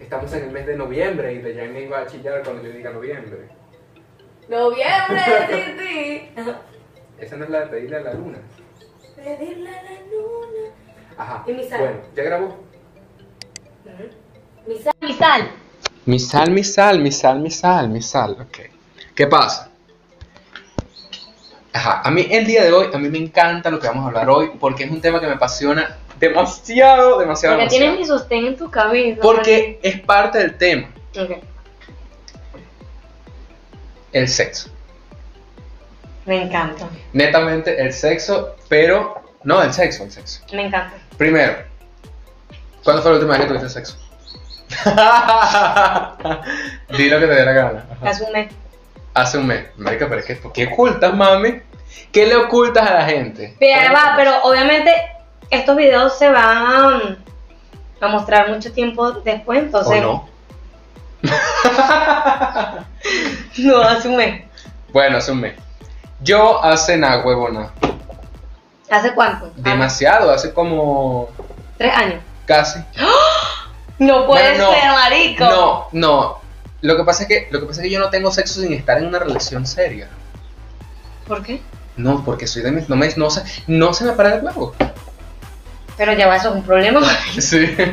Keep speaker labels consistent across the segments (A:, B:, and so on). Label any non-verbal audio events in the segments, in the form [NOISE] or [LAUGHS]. A: estamos en el mes de noviembre y Deyanne iba a chillar cuando yo diga noviembre.
B: Noviembre, [LAUGHS] sí, sí.
A: Esa no es la de pedirle a la luna.
B: Pedirle a la luna.
A: Ajá.
B: ¿Y mi sal?
A: Bueno, ya grabó.
B: Mi sal.
C: Mi sal.
D: Mi sal, mi sal, mi sal, mi sal, mi sal. Ok. ¿Qué pasa? Ajá, a mí el día de hoy, a mí me encanta lo que vamos a hablar hoy porque es un tema que me apasiona demasiado, demasiado,
C: Porque tienes
D: demasiado.
C: mi sostén en tu cabeza.
D: Porque es parte del tema,
C: Ok.
D: el sexo.
C: Me encanta.
D: Netamente el sexo, pero no el sexo, el sexo.
C: Me encanta.
D: Primero, ¿cuándo fue la última vez que tuviste sexo? [LAUGHS] Di lo que te dé la gana. Ajá.
C: Hace un mes.
D: Hace un mes. Marica, pero es que, ¿por qué ocultas, mami? ¿Qué le ocultas a la gente?
C: Pero, va, pero obviamente estos videos se van mm, a mostrar mucho tiempo después, entonces.
D: ¿O no?
C: [LAUGHS] No, hace un mes.
D: Bueno, hace un mes. Yo hace nada, huevona.
C: ¿Hace cuánto?
D: Demasiado, hace como
C: Ah, Tres años.
D: casi.
C: No puede
D: Bueno, no.
C: ser, marico.
D: No, no. Lo que pasa es que, lo que pasa es que yo no tengo sexo sin estar en una relación seria.
C: ¿Por qué?
D: No, porque soy de mis. No, me, no, se, no se me para el huevo.
C: Pero ya va, eso es un problema. [LAUGHS]
D: Sí. [LAUGHS]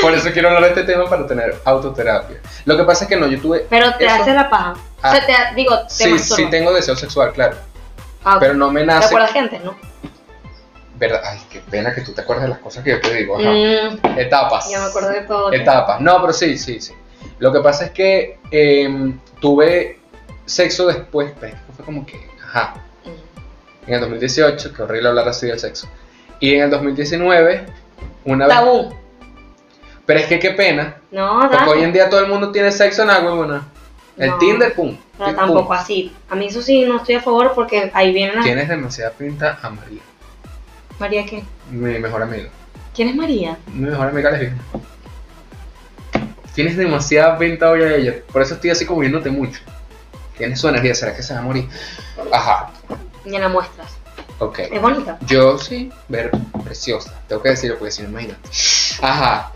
D: Por eso quiero hablar de este tema para tener autoterapia. Lo que pasa es que no, yo tuve.
C: Pero te
D: Eso-
C: hace la paja.
D: Ah.
C: o sea, te, digo, te
D: Sí, sí
C: masturbas.
D: tengo deseo sexual, claro.
C: Ah, ok.
D: Pero no me
C: ¿Te
D: nace.
C: acuerdas que antes, no?
D: ¿Verdad? Ay, qué pena que tú te acuerdes de las cosas que yo te digo. Ajá.
C: Mm,
D: Etapas.
C: ya me acuerdo de todo.
D: Etapas. No, pero sí, sí, sí. Lo que pasa es que em, tuve sexo después. pero es que Fue como que. Ajá.
C: Mm.
D: En el 2018, que horrible hablar así del sexo. Y en el 2019, una vez.
C: Tabú.
D: Pero es que qué pena.
C: No,
D: Porque hoy
C: dale.
D: en día todo el mundo tiene sexo en agua, huevona. El
C: No.
D: Tinder, pum.
C: Pero
D: pum,
C: tampoco
D: pum.
C: así. A mí eso sí no estoy a favor porque ahí viene la...
D: Tienes demasiada pinta a María.
C: ¿María qué?
D: Mi mejor amiga.
C: ¿Quién es María?
D: Mi mejor amiga lesbiana. Tienes demasiada pinta hoy a ella. Por eso estoy así como viéndote mucho. Tienes su energía. ¿Será que se va a morir? Ajá.
C: Ya la muestras.
D: Ok.
C: Es bonita.
D: Yo sí, ver preciosa. Tengo que decirlo porque si no, imagínate. Ajá.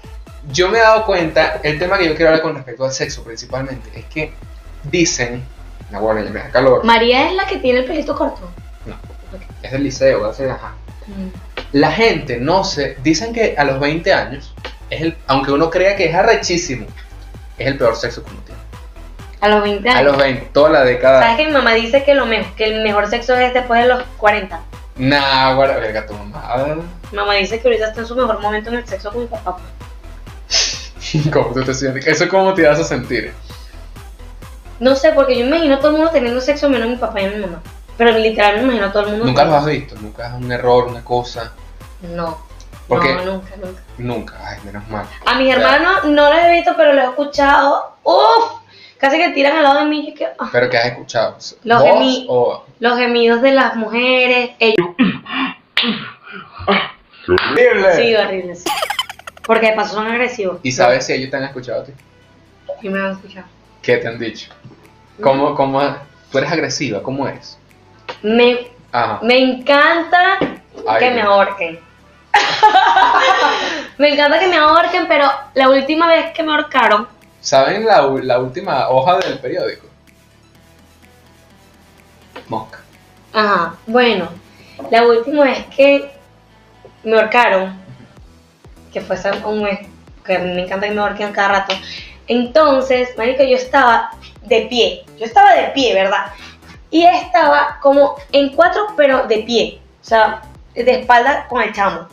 D: Yo me he dado cuenta, el tema que yo quiero hablar con respecto al sexo principalmente es que dicen, la guarda ya me da calor,
C: María es la que tiene el pelito corto.
D: es del liceo, va a ser, ajá.
C: Mm.
D: La gente no se, dicen que a los 20 años, es el, aunque uno crea que es arrechísimo, es el peor sexo que uno tiene.
C: A los 20 años.
D: A los 20, toda la
C: ¿Sabes
D: década.
C: que mi mamá dice que, lo mejor, que el mejor sexo es después de los 40?
D: Nah, guarda, verga, tu mamá. [LAUGHS]
C: Mi mamá dice que ahorita está en su mejor momento en el sexo con mi papá. pues.
D: ¿Cómo tú te sientes? ¿Eso cómo te vas a sentir?
C: No sé, porque yo me imagino a todo el mundo teniendo sexo menos mi papá y mi mamá. Pero literal me imagino a todo el mundo.
D: Nunca lo has visto, nunca es un error, una cosa.
C: No.
D: ¿Por
C: no,
D: qué?
C: nunca, nunca.
D: Nunca, ay, menos mal.
C: A mis hermanos no los he visto, pero los he escuchado. ¡Uf! Casi que tiran al lado de mí. Yo que, ah,
D: Pero que has escuchado. ¿Vos
C: Los gemi-
D: o.?
C: Los gemidos de las mujeres. Ellos.
D: ¡Horrible!
C: Sí, horribles. Porque de paso son agresivos.
D: pues. ¿Y sabes si ellos te han escuchado a ti?
C: Y me van a escuchar.
D: ¿Qué te han dicho? ¿Cómo,
C: Mm.
D: cómo, tú eres agresiva? ¿Cómo eres?
C: Me,
D: Ajá.
C: me encanta
D: Ay,
C: que me
D: Dios.
C: ahorquen. [LAUGHS] me encanta que me ahorquen, pero la última vez que me ahorcaron,
D: ¿Saben la, u- la última hoja del periódico? Mosca.
C: Ajá, bueno, la última vez que me ahorcaron, que fue hace un mes, que a mí me encanta que me ahorquen cada rato. Entonces, marico, yo estaba de pie, yo estaba de pie, ¿verdad? Y estaba como en cuatro, pero de pie, o sea, de espalda con el chamo,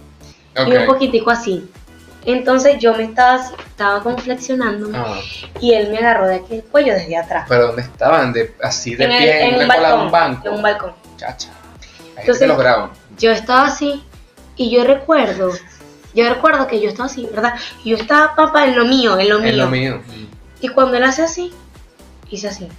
C: y un
D: Ok.
C: poquitico así. Entonces yo me estaba, así, estaba como flexionando
D: Ah,
C: y él me agarró de aquí el cuello desde atrás.
D: pero ¿dónde estaban? De, así de
C: En el-
D: pie,
C: en
D: en
C: un
D: una cola de
C: balcón,
D: un banco.
C: en un balcón.
D: Chacha. Ahí
C: Entonces-
D: te los graban.
C: yo estaba así y yo recuerdo, yo recuerdo que yo estaba así, ¿verdad? Y yo estaba, papá, en lo mío, en lo mío.
D: Es lo mío.
C: Y cuando él hace así, hice así.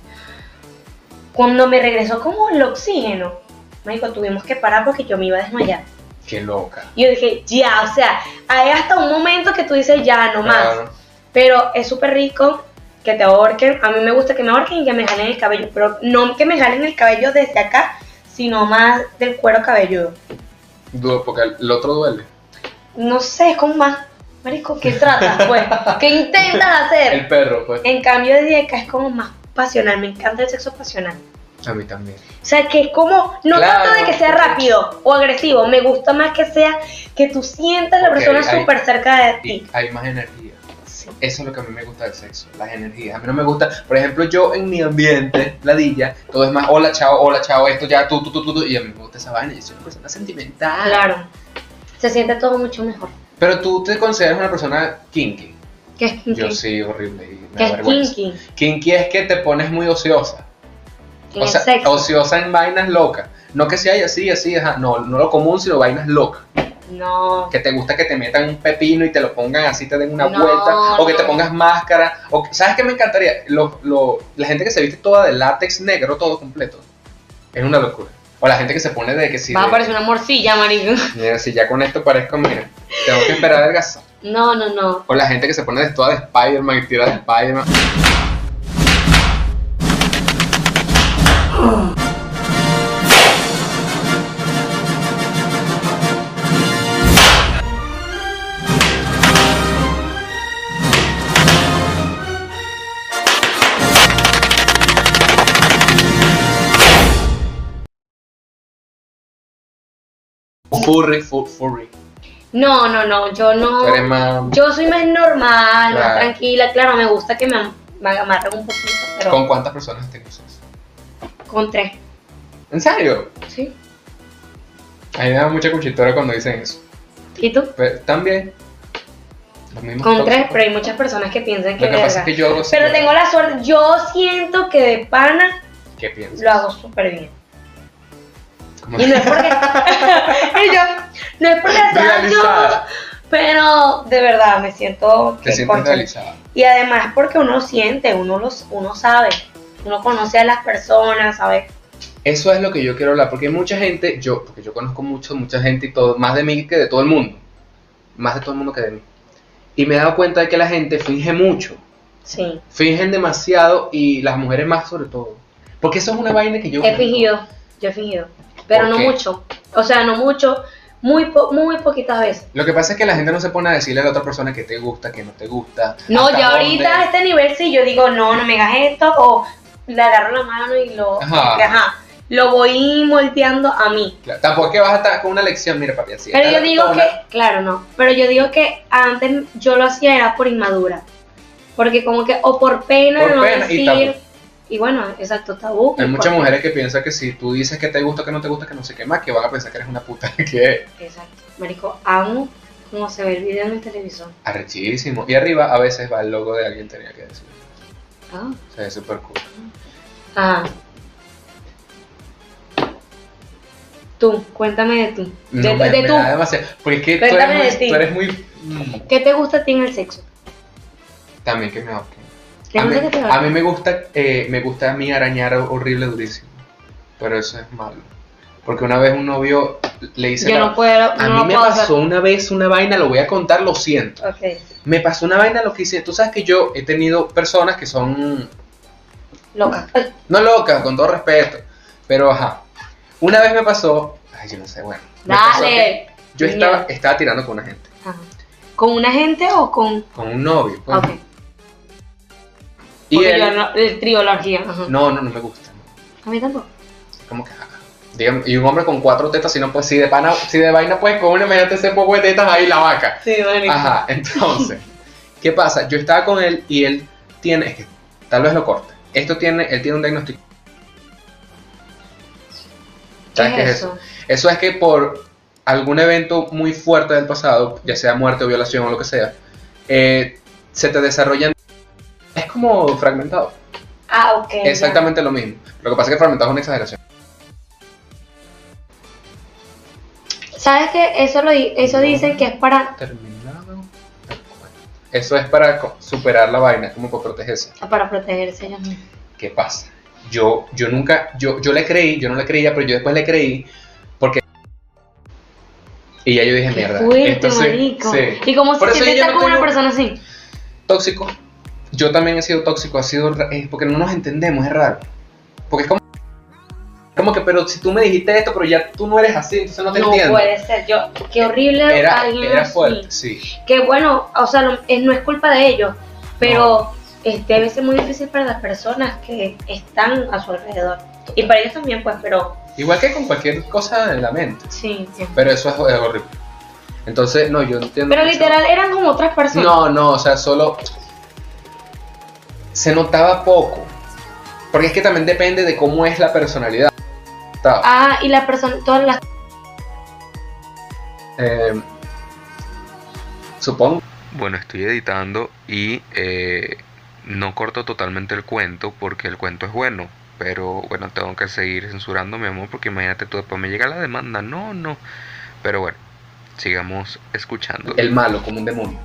C: Cuando me regresó como el oxígeno, marico, tuvimos que parar porque yo me iba a desmayar.
D: Qué loca.
C: Y yo dije, ya, o sea, hay hasta un momento que tú dices, ya, no más.
D: Claro.
C: Pero es súper rico que te ahorquen. A mí me gusta que me ahorquen y que me jalen el cabello. Pero no que me jalen el cabello desde acá, sino más del cuero cabelludo.
D: Du- Porque el el otro duele.
C: No sé, es como más Marico,
D: [LAUGHS]
C: ¿qué tratas, pues? ¿Qué intentas hacer?
D: El perro, pues.
C: En cambio, de Dieka es como más pasional. Me encanta el sexo pasional.
D: A mí también.
C: O sea, que es como, no
D: Claro.
C: tanto de que sea rápido o agresivo, me gusta más que sea que tú sientas a la
D: Ok,
C: persona
D: ahí-
C: súper cerca de
D: Y
C: ti.
D: hay más energía. Eso es lo que a mí me gusta del sexo, las energías. A mí no me gusta, por ejemplo, yo en mi ambiente, ladilla, todo es más hola, chao, hola, chao, esto ya, tú, tú, tú, tú, tú, y a mí me gusta esa vaina, yo soy una persona sentimental.
C: Claro. Se siente todo mucho mejor.
D: Pero tú te consideras una persona kinky.
C: ¿Qué es kinky?
D: Yo sí, horrible, y me
C: ¿Qué
D: da
C: es
D: vergüenza.
C: kinky?
D: Kinky es que te pones muy ociosa.
C: En
D: o
C: el
D: sea,
C: sexo.
D: ociosa en vainas locas. No que sea así, así, ajá. No, no lo común, sino vainas locas.
C: No.
D: que te gusta que te metan un pepino y te lo pongan así, te den una
C: No,
D: vuelta, o que
C: no.
D: te pongas máscara, o que- ¿sabes qué me encantaría? Lo- lo- la gente que se viste toda de látex negro, todo completo, es una locura. O la gente que se pone de que si,
C: Va a
D: de-
C: parecer una morcilla, marico.
D: mira, si ya con esto parezco, mira, tengo que esperar a adelgazar.
C: No, no, no.
D: O la gente que se pone de toda de Spider-Man y tira de Spider-Man. Furry, fu- furry.
C: No, no, no. Yo
D: Tú eres
C: no.
D: más
C: Yo soy más normal, más
D: Claro.
C: tranquila. Claro, me gusta que me, am- me amarren un poquito, pero con,
D: ¿Con cuántas personas has tenido sexo?
C: tres.
D: ¿En serio?
C: ¿Sí?
D: A mí me da mucha cuchitora cuando dicen eso.
C: ¿Y tú?
D: Pero también. los mismos
C: Con tres,
D: tóxicos.
C: pero hay muchas personas que piensan que,
D: Lo que pasa es
C: verga.
D: que yo hago así.
C: Pero tengo la suerte, yo siento que de pana
D: ¿Qué piensas?
C: lo hago súper bien.
D: Como-
C: Y no es
D: [LAUGHS]
C: porque. y yo, no es porque sea
D: Realizada.
C: yo, pero de verdad me siento.
D: Te
C: que,
D: sientes
C: concha,
D: realizada.
C: Y además porque uno siente, uno los, uno sabe, uno conoce a las personas, sabe.
D: Eso es lo que yo quiero hablar, porque hay mucha gente, yo, porque yo conozco mucho, mucha gente y todo, más de mí que de todo el mundo. Más de todo el mundo que de mí. Y me he dado cuenta de que la gente finge mucho.
C: Sí.
D: Fingen demasiado y las mujeres más sobre todo. Porque eso es una vaina que yo...
C: He fingido, yo he fingido, pero
D: ¿Por
C: no
D: qué?
C: mucho, o sea, no mucho, muy po- muy poquitas veces.
D: Lo que pasa es que la gente no se pone a decirle a la otra persona que te gusta, que no te gusta.
C: No,
D: hasta
C: ya
D: dónde.
C: ahorita a este nivel sí, yo digo, no, no me hagas esto, o le agarro la mano y lo,
D: Ajá.
C: ajá, lo voy moldeando a mí.
D: Claro, tampoco es que vas a estar con una lección, mira papi, así.
C: Pero
D: está la
C: yo digo
D: persona.
C: que, claro, no, pero yo digo que antes yo lo hacía era por inmadura, porque como que, o por pena,
D: Por
C: no
D: pena y
C: decir,
D: tabú.
C: y bueno, exacto, tabú.
D: Hay
C: y
D: muchas
C: por-
D: mujeres que piensan que si tú dices que te gusta, que no te gusta, que no sé qué más, que van a pensar que eres una puta, [LAUGHS] que
C: Exacto, marico, amo como se ve el video en el televisor.
D: arrechísimo. Y arriba a veces va el logo de alguien, tenía que decir.
C: Ah,
D: O sea, es súper cool.
C: ajá. Tú, cuéntame de tú,
D: No,
C: de,
D: me-
C: de
D: me
C: tú.
D: da demasiado. Porque es que tú
C: Cuéntame de
D: eres, muy,
C: ti.
D: tú eres muy- mm,
C: ¿Qué te gusta a ti en el sexo?
D: También que me ahorquen.
C: ¿Te
D: a, mí,
C: gusta que te
D: a mí me gusta, eh, me gusta a mí arañar horrible durísimo. Pero eso es malo. Porque una vez un novio le hice
C: Yo
D: la-
C: no puedo,
D: A
C: no
D: mí me
C: puedo hacer-
D: pasó una vez una vaina, lo voy a contar, lo siento.
C: Ok,
D: Me pasó una vaina lo que hice. Tú sabes que yo he tenido personas que son,
C: loca. Ay,
D: no locas, con todo respeto, pero ajá. Una vez me pasó, ay, yo no sé, bueno. me pasó que
C: Dale.
D: Yo estaba, estaba tirando con una gente,
C: Ajá. ¿Con una gente o con...?
D: con un novio. pues.
C: Ok.
D: Y
C: Porque
D: él,
C: yo no- el triología. Ajá.
D: no, no, no me gusta. no.
C: A mí tampoco.
D: Como que, ajá. Dígame, y un hombre con cuatro tetas, si no, pues si de pana, si de vaina, pues con una, imagínate ese poco de tetas ahí la vaca.
C: Sí, marico.
D: Ajá, entonces, ¿qué pasa? Yo estaba con él y él tiene, es que tal vez lo corte. Esto tiene, él tiene un diagnóstico.
C: ¿Qué
D: ¿Sabes
C: es eso?
D: Eso es que por algún evento muy fuerte del pasado, ya sea muerte o violación o lo que sea, eh, se te desarrollan. Es como fragmentado.
C: Ah, ok. ya.
D: Exactamente lo mismo. Lo que pasa es que fragmentado es una exageración.
C: ¿Sabes qué? Eso, lo, di- eso dicen que es para,
D: Terminado. Eso es para co- superar la vaina, como para protegerse.
C: para protegerse ellos mismos.
D: ¿qué pasa? Yo, yo nunca, yo, yo le creí, yo no le creía, pero yo después le creí porque... Y ya yo dije,
C: Qué
D: mierda.
C: fuerte,
D: esto sí-
C: marico.
D: sí,
C: Y como
D: Por
C: se
D: eso
C: siente
D: yo
C: estar
D: no
C: con una
D: tengo-
C: persona así.
D: Tóxico. Yo también he sido tóxico, ha sido... ra- Es porque no nos entendemos, es raro. Porque es como... como que, pero si tú me dijiste esto, pero ya tú no eres así, entonces no te
C: no
D: entiendo.
C: puede ser. Yo, qué horrible
D: Era,
C: alguien
D: era
C: así.
D: fuerte, sí.
C: Que bueno, o sea, no es, no es culpa de ellos, pero este, a veces es muy difícil para las personas que están a su alrededor. Y para ellos también, pues, pero
D: Igual que con cualquier cosa en la mente.
C: sí.
D: Pero eso es, es horrible. Entonces, no, yo entiendo.
C: Pero
D: mucho.
C: literal eran como otras personas.
D: No, no, o sea, solo se notaba poco. Porque es que también depende de cómo es la personalidad. Ta-
C: Ah, y la persona, todas las
D: eh, supongo.
E: Bueno, estoy editando y eh, no corto totalmente el cuento porque el cuento es bueno. Pero bueno, tengo que seguir censurando, mi amor, porque imagínate tú, después me llega la demanda. No, no. Pero bueno, sigamos escuchando.
D: el malo como un demonio.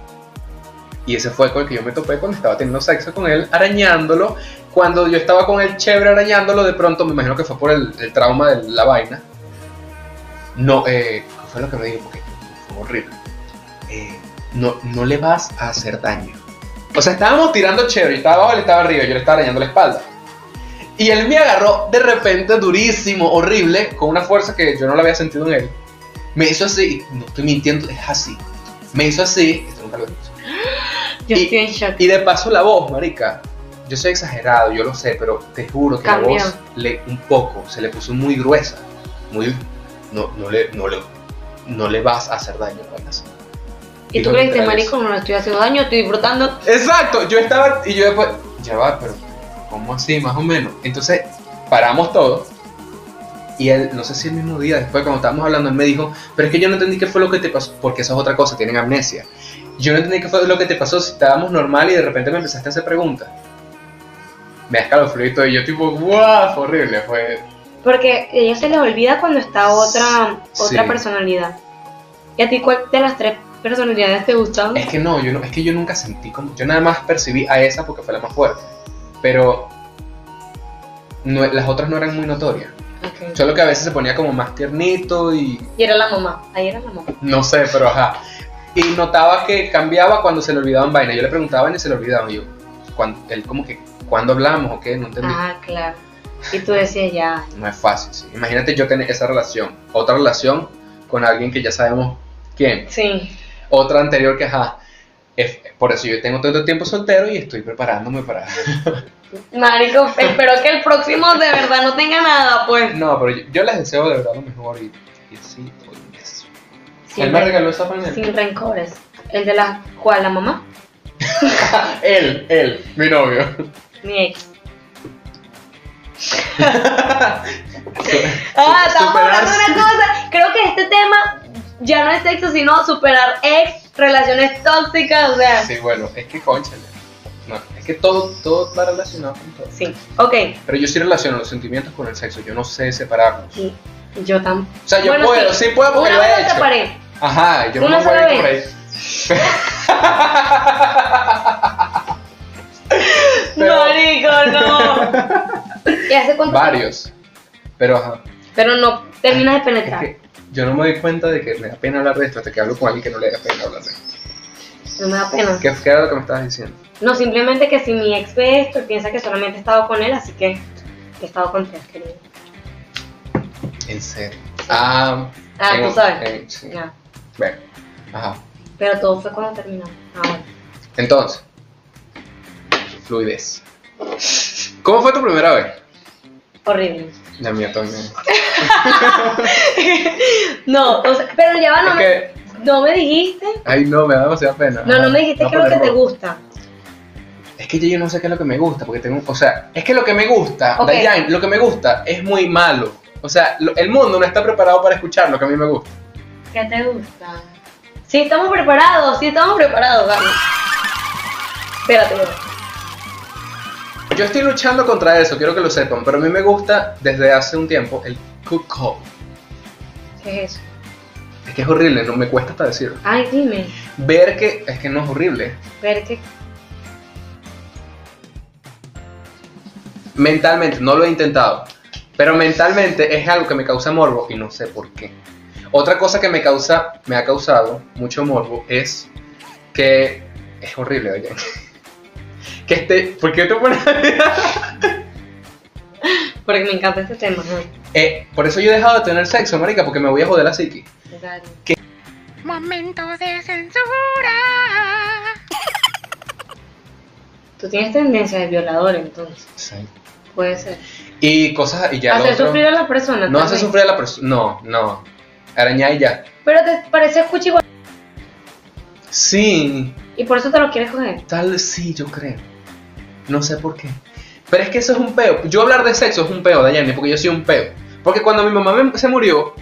D: Y ese fue con el que yo me topé cuando estaba teniendo sexo con él, arañándolo. Cuando yo estaba con el chévere arañándolo, de pronto me imagino que fue por el, el trauma de la vaina. No, eh, ¿qué fue lo que me dijo? Porque fue horrible. Eh, no, no le vas a hacer daño. O sea, estábamos tirando chévere, yo estaba abajo, él estaba arriba, yo le estaba arañando la espalda. Y él me agarró de repente durísimo, horrible, con una fuerza que yo no la había sentido en él. Me hizo así, no estoy mintiendo, es así. Me hizo así, esto nunca lo he dicho.
C: yo
D: Y-
C: estoy en shock.
D: Y de paso la voz, marica. Yo soy exagerado, yo lo sé, pero te juro que
C: Cambió.
D: la voz le un poco, se le puso muy gruesa. Muy no, no le no le no le vas a hacer daño, ¿verdad?
C: Y tú
D: Dijo
C: crees,
D: literal
C: marico, no le estoy haciendo daño, estoy disfrutando.
D: Exacto, yo estaba y yo después, ya va, pero ¿cómo así? Más o menos. Entonces paramos todos y él, no sé si el mismo día después cuando estábamos hablando, él me dijo, pero es que yo no entendí qué fue lo que te pasó, porque eso es otra cosa, tienen amnesia. Yo no entendí qué fue lo que te pasó si estábamos normal y de repente me empezaste a hacer preguntas. Me escalofrío y todo, y yo tipo, guau, fue horrible, fue...
C: Porque a ellos se les olvida cuando está otra,
D: Sí.
C: otra personalidad. ¿Y a ti cuál de las tres personalidades te gustan?
D: Es que no, yo no, es que yo nunca sentí como. Yo nada más percibí a esa porque fue la más fuerte. Pero no- las otras no eran muy notorias.
C: Ok.
D: Solo que a veces se ponía como más tiernito y
C: Y era la mamá, ahí era la mamá.
D: no sé, pero ajá. Y notaba que cambiaba cuando se le olvidaban vainas. Yo le preguntaba y se le olvidaban. Y yo, cuando, él como que, ¿cuándo hablamos o qué? No entendí.
C: Ah, claro. Y tú decías ya.
D: No es fácil, sí. Imagínate yo tener esa relación. Otra relación con alguien que ya sabemos quién.
C: Sí.
D: Otra anterior que, ajá. es- por eso yo tengo tanto tiempo soltero y estoy preparándome para... [LAUGHS]
C: Marico, espero que el próximo de verdad no tenga nada, pues.
D: No, pero yo, yo les deseo de verdad lo mejor y, y sí, hoy es. Él
C: Sin,
D: me
C: ren-
D: regaló esa panel.
C: sin rencores. El de la cual la mamá,
D: Él, él, mi novio.
C: mi
D: [LAUGHS]
C: ex.
D: Su-
C: Ah, estamos
D: superar-
C: hablando de una cosa. Creo que este tema ya no es sexo, sino superar ex, relaciones tóxicas, o sea.
D: Sí, bueno, es que conchale. No, es que todo, todo está relacionado con todo.
C: Sí. Ok.
D: Pero yo sí relaciono los sentimientos con el sexo, yo no sé separarlos.
C: Y yo tampoco.
D: O sea, yo
C: Bueno,
D: puedo, sí,
C: sí.
D: puedo porque
C: Una
D: lo
C: vez
D: he
C: lo
D: hecho.
C: separé.
D: Ajá, yo no
C: Una
D: me voy
C: sola
D: a ir por ahí. Pero-
C: Marico, no.
D: [LAUGHS]
C: ¿Y hace cuánto?
D: Varios. Pero ajá.
C: Pero no terminas de
D: Es
C: penetrar.
D: que yo no me doy cuenta de que me da pena hablar de esto hasta que hablo con alguien que no le da pena hablar de esto.
C: No me da pena.
D: ¿Qué, qué era lo que me estabas diciendo?
C: No, simplemente que si mi ex ve esto, él piensa que solamente he estado con él, así que he estado con tres, querido.
D: En serio. Ah,
C: Ah,
D: en-
C: tú sabes.
D: en- sí.
C: Ya.
D: Bueno, ajá.
C: Pero todo fue cuando terminamos. Ah, bueno.
D: Entonces, fluidez. ¿Cómo fue tu primera vez?
C: Horrible.
D: La mía también.
C: No, o sea, pero ya va, Ah, no,
D: Es
C: me,
D: que,
C: no me dijiste.
D: ay, no, me da demasiada pena.
C: No, no me dijiste
D: Voy
C: qué
D: a
C: es lo que
D: poner
C: te
D: rojo.
C: gusta.
D: Es que yo, yo no sé qué es lo que me gusta, porque tengo, o sea, es que lo que me gusta,
C: Ok.
D: Dayan, lo que me gusta es muy malo. O sea, lo- el mundo no está preparado para escuchar lo que a mí me gusta.
C: ¿Qué te gusta? Sí, estamos preparados, sí, estamos preparados, vamos. Espérate, bueno.
D: Yo estoy luchando contra eso, quiero que lo sepan, pero a mí me gusta desde hace un tiempo el cook
C: ¿qué es eso?
D: Es que es horrible, no me cuesta hasta decirlo.
C: Ay, dime,
D: Ver que, es que no es horrible,
C: ver qué.
D: Mentalmente, no lo he intentado. Pero mentalmente es algo que me causa morbo y no sé por qué. Otra cosa que me causa, me ha causado mucho morbo es que es horrible, oye. [LAUGHS] este, Que esté, ¿por qué te pones?
C: Porque me encanta este tema. ajá.
D: [LAUGHS] Eh, por eso yo he dejado de tener sexo, marica, porque me voy a joder la psiqui.
F: Momento de censura.
C: Tú tienes tendencia de violador, entonces.
D: Sí.
C: Puede ser.
D: Y cosas, y ya lo
C: Hacer
D: otro-
C: sufrir a la persona.
D: No hace
C: también.
D: sufrir a la persona. No, no. Arañar y ya.
C: Pero te parece cuchi igual.
D: Sí,
C: Y por eso te lo quieres coger.
D: tal vez sí, yo creo. No sé por qué. Pero es que eso es un peo. Yo hablar de sexo es un peo, Dayane, porque yo soy un peo. Porque cuando mi mamá me- se murió,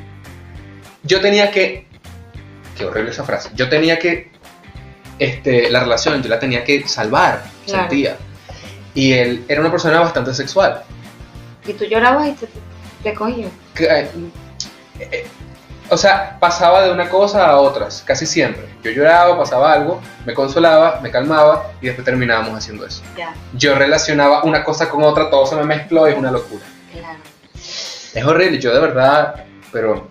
D: yo tenía que. Qué horrible esa frase. Yo tenía que. Este, la relación, yo la tenía que salvar,
C: Claro.
D: sentía. Y él era una persona bastante sexual.
C: Y tú llorabas y te, te cogías.
D: que, eh, eh, o sea, pasaba de una cosa a otras, casi siempre. Yo lloraba, pasaba algo, me consolaba, me calmaba y después terminábamos haciendo eso.
C: Ya,
D: Yo relacionaba una cosa con otra, todo se me mezcló, es una locura.
C: claro.
D: Es horrible, yo de verdad, pero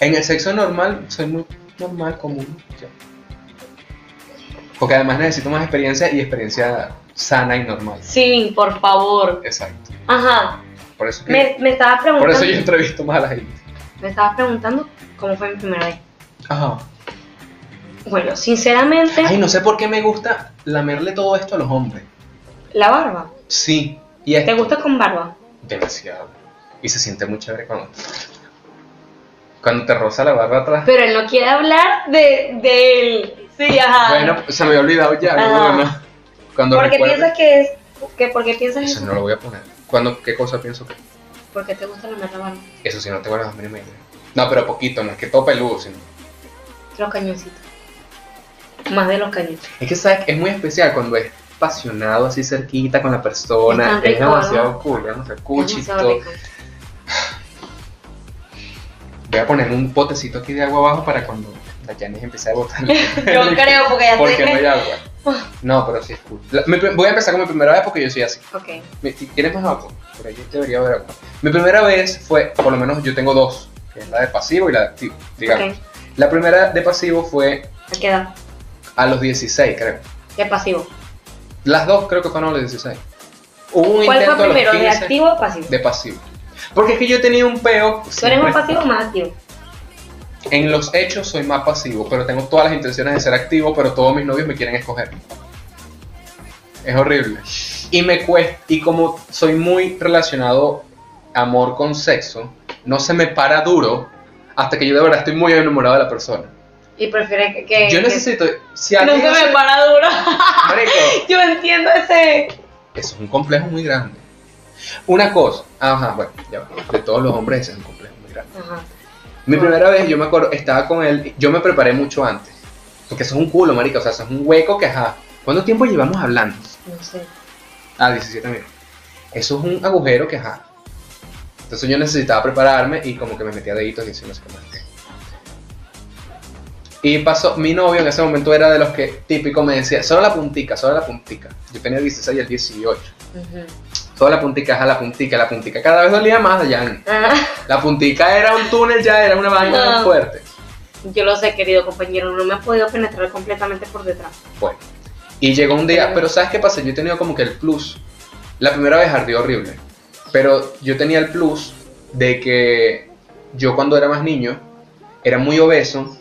D: en el sexo normal soy muy normal, común. ya. Porque además necesito más experiencia y experiencia sana y normal.
C: Sí, por favor.
D: Exacto.
C: Ajá.
D: Por eso, que-
C: Me, me estabas
D: por
C: preguntando.
D: eso yo entrevisto más a la gente.
C: Me estabas preguntando cómo fue mi primera vez.
D: Ajá.
C: Bueno, sinceramente,
D: Ay, no sé por qué me gusta lamerle todo esto a los hombres.
C: la barba.
D: Sí. Y es
C: ¿Te gusta con barba?
D: demasiado. Y se siente muy chévere cuando, cuando te roza la barba atrás.
C: Pero él no quiere hablar de, de él. Sí, ajá.
D: Bueno, pues, se me había olvidado ya,
C: Ah.
D: no, no, no. Cuando
C: ¿Por qué
D: recuerde-
C: piensas que es? Que, ¿Por qué piensas
D: Eso
C: eso?
D: no lo voy a poner. Cuando, ¿Qué cosa pienso que?
C: Porque te gusta lamer la barba.
D: Eso si no te guardas dormir medio. No, pero poquito, no es que todo peludo, sino.
C: Los cañoncitos. Más de los cañoncitos.
D: Es que sabes, es muy especial cuando es apasionado así cerquita con la persona.
C: Es tan
D: Es,
C: rico,
D: demasiado cool, es demasiado cool,
C: Demasiado
D: chistoso.
C: rico.
D: Voy a poner un potecito aquí de agua abajo para cuando Dayanis empiece a botar.
C: [LAUGHS] Yo creo, porque ya
D: Porque
C: te
D: no hay agua. No, pero sí es cool. La- mi pri- voy a empezar con mi primera vez porque yo soy así.
C: Ok.
D: Mi- si ¿Tienes más agua? Por ahí debería haber agua. Mi primera vez fue, por lo menos yo tengo dos, que es la de pasivo y la de activo, digamos.
C: Ok.
D: La primera de pasivo fue
C: ¿A qué edad?
D: a los 16, creo.
C: De pasivo.
D: Las dos creo que fueron a los 16. Hubo un
C: ¿Cuál
D: intento
C: fue
D: a los
C: primero? ¿De
D: 15
C: activo o pasivo?
D: de pasivo. Porque es que yo tenía un peo.
C: ¿Tú eres
D: siempre.
C: más pasivo o más activo?
D: En los hechos soy más pasivo, pero tengo todas las intenciones de ser activo, pero todos mis novios me quieren escoger. Es horrible. Y me cuesta, y como soy muy relacionado amor con sexo, no se me para duro hasta que yo de verdad estoy muy enamorado de la persona.
C: Y prefieres que... que-
D: yo
C: que-
D: necesito, si
C: No
D: alguien
C: se
D: hace-
C: me para duro. [LAUGHS]
D: Marico,
C: Yo entiendo ese...
D: eso es un complejo muy grande. Una cosa, ajá, bueno, ya va. De todos los hombres ese es un complejo muy grande.
C: Ajá.
D: Mi primera vez, yo me acuerdo, estaba con él, yo me preparé mucho antes. Porque eso es un culo, marica, o sea, eso es un hueco que, ajá. ¿Cuánto tiempo llevamos hablando?
C: No sé.
D: Ah, 17 minutos. Eso es un agujero que, ajá. Entonces yo necesitaba prepararme y como que me metía deditos y así no sé qué más. Y pasó, mi novio en ese momento era de los que típico me decía, solo la puntica, solo la puntica. Yo tenía 16 y el 18.
C: Ujú.
D: Solo la puntica, ajá, la puntica, la puntica. Cada vez dolía más, ya.
C: Ah. [LAUGHS]
D: La puntica era un túnel, ya era una vaina
C: No.
D: fuerte.
C: Yo lo sé, querido compañero, no me ha podido penetrar completamente por detrás.
D: Bueno, y llegó un día, pero ¿sabes qué pasa? Yo he tenido como que el plus. La primera vez ardió horrible, pero yo tenía el plus de que yo cuando era más niño era muy obeso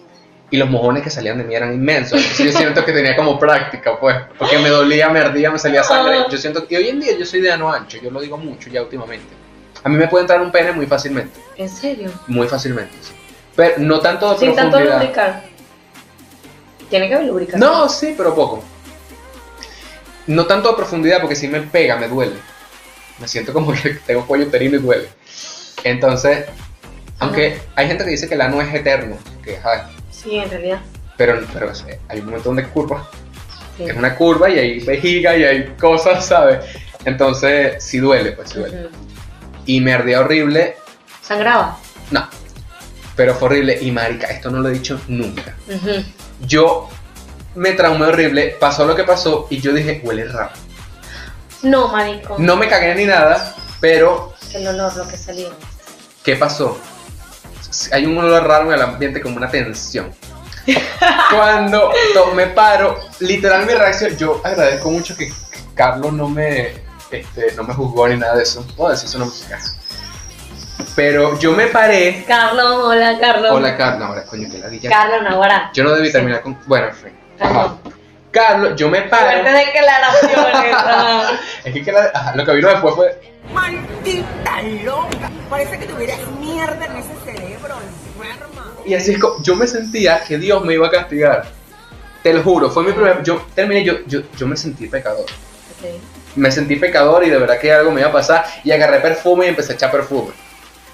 D: y los mojones que salían de mí eran inmensos. Entonces yo siento que tenía como práctica, pues, porque me dolía, me ardía, me salía sangre. Yo siento que y hoy en día yo soy de ano ancho, yo lo digo mucho ya últimamente. A mí me puede entrar un pene muy fácilmente,
C: ¿En serio?
D: muy fácilmente. sí. Pero no tanto de
C: Sin tanto
D: profundidad.
C: lubricar. Tiene que haber lubricación.
D: No, sí, pero poco. No tanto a profundidad, porque si me pega, me duele. Me siento como que [LAUGHS] tengo cuello uterino y duele. Entonces, aunque hay gente que dice que el ano es eterno, que, ajá,
C: Sí, en realidad.
D: pero, pero es- hay un montón de curvas.
C: Sí.
D: Es una curva y hay vejiga y hay cosas, ¿sabes? Entonces, sí duele, pues sí duele.
C: Ujú.
D: Y me ardía horrible,
C: Sangraba.
D: no. Pero fue horrible. Y marica, esto no lo he dicho nunca.
C: Ujú.
D: Yo me traumé horrible, pasó lo que pasó y yo dije, huele raro.
C: No, marico.
D: No me cagué ni nada, pero
C: El olor, lo que salía.
D: ¿qué pasó? S- Hay un olor raro en el ambiente como una tensión. Cuando to- me paro, literal mi reacción, yo agradezco mucho que que Carlos no me Este, no me juzgó ni nada de eso. No, decir eso no me juzga. Pero yo me paré.
C: Carlos, hola Carlos.
D: Hola, Carla. Hola, coño, que la
C: Carlos Navarra.
D: Yo no debí terminar con. Bueno, en fin. Ajá.
C: Carlos.
D: Carlos, yo me paré.
C: Fuertes declaraciones. ah.
D: Es que, que la- ajá, lo que vino después fue
G: ¡Maldita loca! Parece que tuvieras mierda en ese cerebro, enferma.
D: Y así es como yo me sentía que Dios me iba a castigar. Te lo juro, fue mi primer. Yo terminé, yo, yo, yo me sentí pecador.
C: [LAUGHS] Ok.
D: Me sentí pecador y de verdad que algo me iba a pasar. Y agarré perfume y empecé a echar perfume.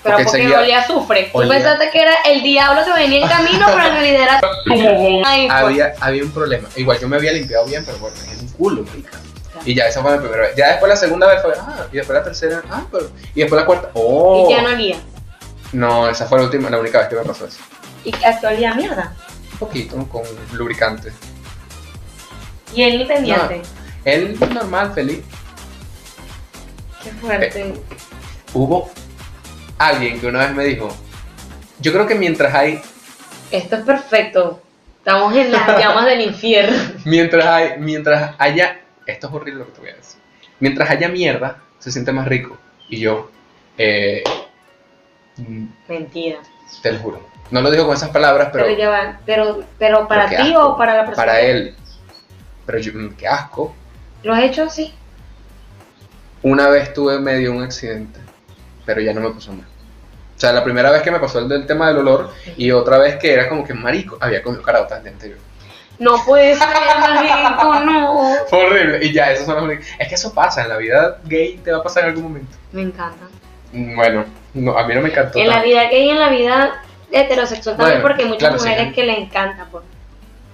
C: Pero
D: Porque
C: porque,
D: seguía-
C: olía a azufre. Tú
D: olía.
C: pensaste que era el diablo que venía en camino, pero en realidad era como Ay, pues,
D: Había, había un problema. Igual yo me había limpiado bien, pero bueno, es un culo, marica. Y ya, esa fue la primera vez. Ya después la segunda vez fue, ah, y después la tercera, ah, pero. Y después la cuarta, oh.
C: Y ya no olía.
D: No, esa fue la última, la única vez que me pasó eso.
C: Y hasta olía a mierda.
D: Un poquito, con lubricante.
C: Y él ni pendiente.
D: Él normal, feliz.
C: Qué fuerte.
D: Eh. Hubo alguien que una vez me dijo, yo creo que mientras hay,
C: Esto es perfecto. Estamos en las [LAUGHS] llamas del infierno.
D: mientras hay, mientras haya, esto es horrible lo que te voy a decir, mientras haya mierda, se siente más rico. Y yo, eh, mm,
C: Mentira.
D: te lo juro, no lo digo con esas palabras,
C: Pero,
D: pero
C: ya va. Pero, pero para
D: qué
C: ti
D: asco.
C: o para la persona.
D: para él, pero yo, mm, qué asco.
C: ¿Lo has hecho así?
D: Una vez tuve medio un accidente, pero ya no me pasó más. O sea, la primera vez que me pasó el del tema del olor y otra vez que era como que marico, había comido caraotas el día anterior.
C: No puede [LAUGHS] ser, maldito, no.
D: Fue horrible. Y ya, eso son las únicas- Es que eso pasa, en la vida gay te va a pasar en algún momento.
C: Me encanta.
D: Mm, Bueno, no, a mí no me encantó.
C: En la
D: tanto.
C: vida gay y en la vida heterosexual también,
D: Bueno,
C: porque hay muchas
D: claro, sí,
C: mujeres
D: hay-
C: que le encanta. Por...